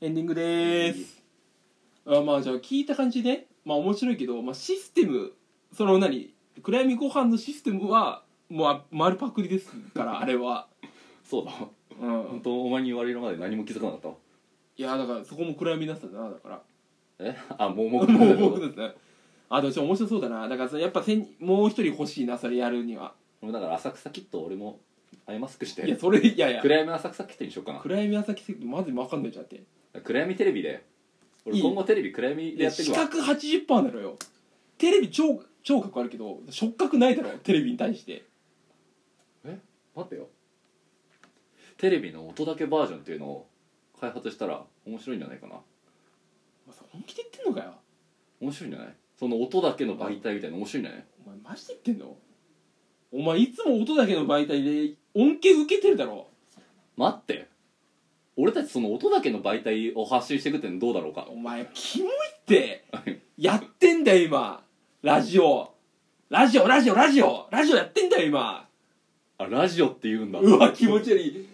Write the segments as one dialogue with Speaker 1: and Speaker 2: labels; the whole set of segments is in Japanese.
Speaker 1: エンディングでーす、あまあじゃあ聞いた感じねまあ面白いけど、まあ、システムその何暗闇ご飯のシステムはもうあ丸パクリですから あれは
Speaker 2: そうだ
Speaker 1: う
Speaker 2: 本
Speaker 1: ん
Speaker 2: 当お前に言われるまで何も気づかなかったわ
Speaker 1: いやだからそこも暗闇だったんだなだから
Speaker 2: えあもう
Speaker 1: も
Speaker 2: も
Speaker 1: う
Speaker 2: う
Speaker 1: 僕ですねあでもちょっと面白そうだなだからさやっぱせんもう一人欲しいなそれやるには
Speaker 2: もうだから浅草キット俺もアイマスクして
Speaker 1: いやそれいやいや
Speaker 2: 暗闇浅草キットにしようかな
Speaker 1: 暗闇朝日セクまず分かんないじゃんって
Speaker 2: 暗闇テレビで俺
Speaker 1: いい
Speaker 2: 今後テレビ暗闇
Speaker 1: い
Speaker 2: でや
Speaker 1: や
Speaker 2: ってい
Speaker 1: 視
Speaker 2: くわ
Speaker 1: 覚80%だろよテレビ聴聴覚あるけど触覚ないだろテレビに対して
Speaker 2: 待ってよテレビの音だけバージョンっていうのを開発したら面白いんじゃないかな
Speaker 1: お前さ本気で言ってんのかよ
Speaker 2: 面白いんじゃないその音だけの媒体みたいな面白いんじゃない
Speaker 1: お前マジで言ってんのお前いつも音だけの媒体で恩恵受けてるだろ
Speaker 2: 待って俺たちその音だけの媒体を発信していくってのどうだろうか
Speaker 1: お前キモいってやってんだよ今ラジオラジオラジオラジオラジオやってんだよ今
Speaker 2: あラジオって言うんだ
Speaker 1: うわ気持ち悪い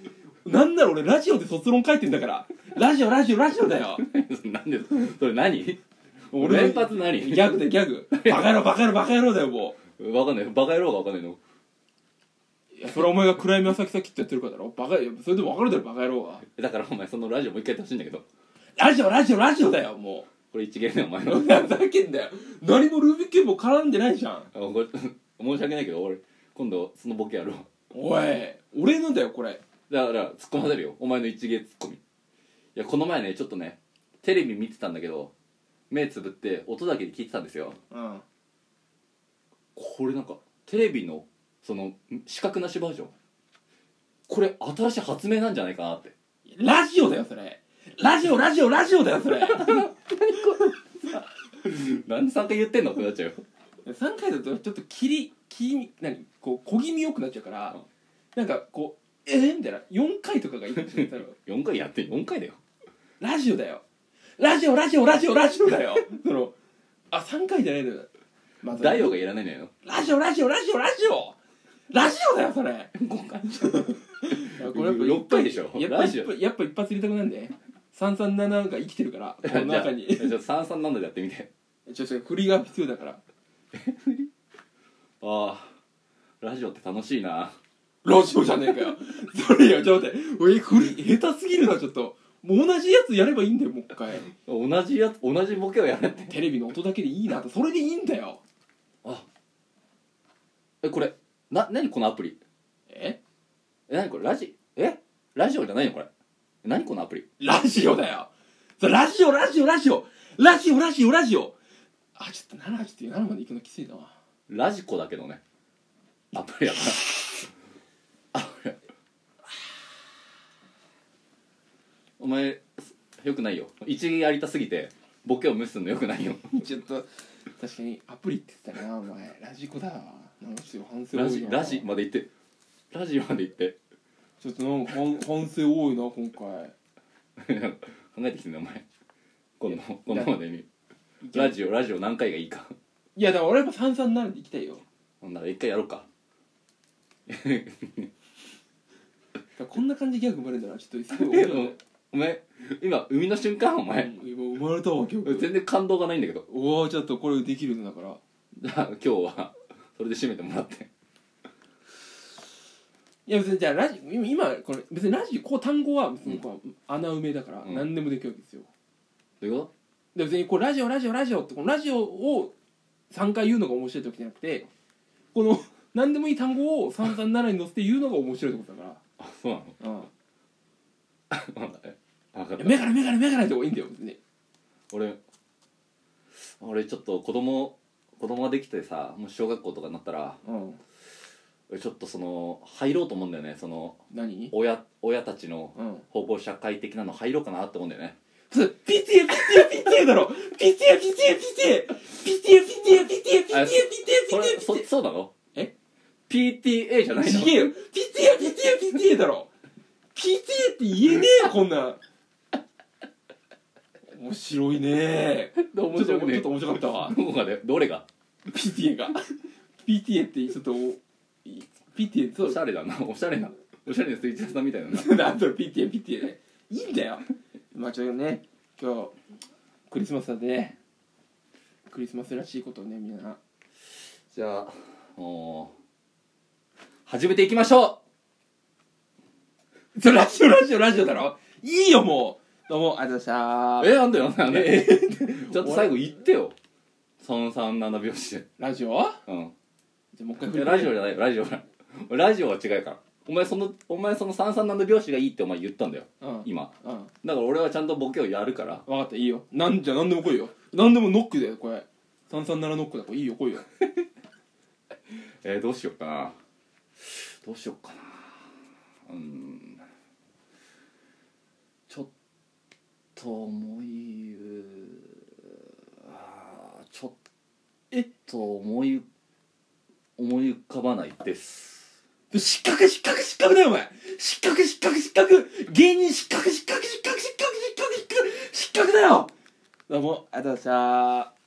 Speaker 1: なんなら俺ラジオで卒論書いてんだからラジオラジオラジオだよ
Speaker 2: なんでそれ何
Speaker 1: 俺
Speaker 2: 連発何
Speaker 1: ギャグでギャグバカ野郎バカ野郎バカ野郎だよも
Speaker 2: わかんないバカ野郎がわかんないの
Speaker 1: ういやそれはお前が暗闇浅草キットやってるからだろバカいやそれでも分かるだろバカ野郎は
Speaker 2: だからお前そのラジオもう一回やってほしいんだけど
Speaker 1: ラジオラジオラジオだよも
Speaker 2: これ一芸だよお前
Speaker 1: う
Speaker 2: のあ
Speaker 1: ふざけんだよ何もルービックキューブ絡んでないじゃん
Speaker 2: これ申し訳ないけど俺今度そのボケやろう
Speaker 1: おい俺のだよこれ
Speaker 2: だから突っ込ませるよお前の一芸ツッコミいやこの前ねちょっとねテレビ見てたんだけど目つぶって音だけで聞いてたんですよ
Speaker 1: うん
Speaker 2: これなんかテレビのそのん視覚なしバージョンこれ新しい発明なんじゃないかなって
Speaker 1: ラジオだよそれラジオラジオラジオだよ それ
Speaker 2: なんで3回言ってんのってなっちゃうよ
Speaker 1: 3回だとちょっと切り切り何こう小気味よくなっちゃうから、
Speaker 2: うん
Speaker 1: なんかこうえー、みたいな4回とかがいいかもしれ ない
Speaker 2: 4回やって4回だよ
Speaker 1: ラジオだよラジオラジオラジオラジオだよそのあ三3回じゃないのよまず
Speaker 2: ダイオがいらないのよ
Speaker 1: ラジオラジオラジオラジオラジオだよそれ
Speaker 2: 5回
Speaker 1: いやこれやっぱ
Speaker 2: 六回でしょ
Speaker 1: やっぱ
Speaker 2: ラジオ
Speaker 1: 一やっぱ一発入れたくなんで337が生きてるからこの
Speaker 2: じゃあ
Speaker 1: 中に
Speaker 2: じゃあ三三なんだでやってみて
Speaker 1: ちょっと振りが必要だから
Speaker 2: ああラジオって楽しいな
Speaker 1: ラジオじゃねえかよ。それよ、ちょっと待って。おい、振り、下手すぎるな、ちょっと。もう同じやつやればいいんだよ、もう一回。
Speaker 2: 同じやつ同じボケをやれって
Speaker 1: テレビの音だけでいいなと、それでいいんだよ。
Speaker 2: えこれな何このアプリ
Speaker 1: え
Speaker 2: え何これラジえラジオじゃないのこれ何このアプリ
Speaker 1: ラジオだよ。それラジオ、ラジオ、ラジオ。ラジオ、ラジオ、ラジオ。あ、ちょっと7、8、7まで行くのきついな。
Speaker 2: ラジコだけどねアプリやからアプリお前よくないよ一芸やりたすぎてボケを無視するのよくないよ
Speaker 1: ちょっと、確かにアプリって言ってたな、お前。ラジコだわ。なんかちょっと反省多
Speaker 2: ラ
Speaker 1: い
Speaker 2: ジ
Speaker 1: な。
Speaker 2: ラジまで行ってラジまで行って
Speaker 1: ちょっとなんか反反省多いな、今回。
Speaker 2: 考えてきてんだお前今度今度までに
Speaker 1: いや
Speaker 2: ラジオラジオ何回がいいか
Speaker 1: いや、だから俺やっぱ337で行きたいよ。
Speaker 2: なんだから一回やろうか
Speaker 1: だからこんな感じでギャグ生まれるんだな、ちょっとすごい面
Speaker 2: で
Speaker 1: 白い
Speaker 2: もお前今海の瞬間お前
Speaker 1: うん今生まれたわ今日
Speaker 2: 全然感動がないんだけど
Speaker 1: おおちょっとこれできるんだから
Speaker 2: じゃあ今日はそれで締めてもらって
Speaker 1: いや別にじゃあラジ今今これ別にラジオこう単語は別にこう、穴埋めだから
Speaker 2: うん
Speaker 1: 何でもできるわけですよ、
Speaker 2: どういうこ
Speaker 1: で別にこうラジオラジオラジオってこのラジオを3回言うのが面白い時じゃなくてこの何でもいい単語を337に載せて言うのが面白いってことだか
Speaker 2: とあそうなの
Speaker 1: ら、うん、い
Speaker 2: なんだえわかっ
Speaker 1: や
Speaker 2: た
Speaker 1: メガネメガネメガネって方がいいんだよ別に
Speaker 2: 俺俺ちょっと子供子供ができてさもう小学校とかになったら
Speaker 1: うん
Speaker 2: 俺ちょっとその入ろうと思うんだよねその
Speaker 1: 何
Speaker 2: 親親たちの
Speaker 1: うん
Speaker 2: 保護社会的なの入ろうかなって思うんだよね
Speaker 1: それピティエピティエピティエだろピティエピティエピティエピティエピティエピティエピティエピティエ
Speaker 2: あ
Speaker 1: ピテ
Speaker 2: そ
Speaker 1: ィエピティエ
Speaker 2: れそそうなの
Speaker 1: え
Speaker 2: PTA じゃないの
Speaker 1: ちげえよ PTA PTA PTA だろ PTA って言えねえよこんなん面白いね
Speaker 2: どう面白くね
Speaker 1: ちょっと面白かったわ
Speaker 2: どこがでどれが
Speaker 1: PTA が PTA ってちょっとおい PTA そ
Speaker 2: お
Speaker 1: う
Speaker 2: しゃれだなおしゃれなおしゃれなスイーツ屋さんみたいだな
Speaker 1: なんだ PTA PTA ねいいんだよまあちょっとね今日クリスマスなんでねクリスマスらしいことをねみんな
Speaker 2: じゃあもう始めていきましょ
Speaker 1: それラジオラジオラジオだろいいよもうどうもありがとうございま
Speaker 2: う
Speaker 1: した
Speaker 2: えなんだよなんだよ、
Speaker 1: え
Speaker 2: ちょっと最後言ってよ337拍子で
Speaker 1: ラジオ
Speaker 2: う
Speaker 1: じ
Speaker 2: ん
Speaker 1: ゃあもう一回
Speaker 2: い
Speaker 1: 振
Speaker 2: や
Speaker 1: り
Speaker 2: ラジオじゃないよラジオはラジオは違うからお前そのお前その337拍子がいいってお前言ったんだよ
Speaker 1: うん
Speaker 2: 今
Speaker 1: うん
Speaker 2: だから俺はちゃんとボケをやるから
Speaker 1: 分かったいいよなんじゃ何でも来いよ何でもノックだよこれ337ノックだこれいいよ来いよ
Speaker 2: えー、どうしようかなどうしようかなうーんちょっと思いうあーちょっ
Speaker 1: え
Speaker 2: と思い思い浮かばないです
Speaker 1: 失格失格失格だよお前失格失格失格芸人失格失格失格失格失格失格失格だよどうもありがとうございました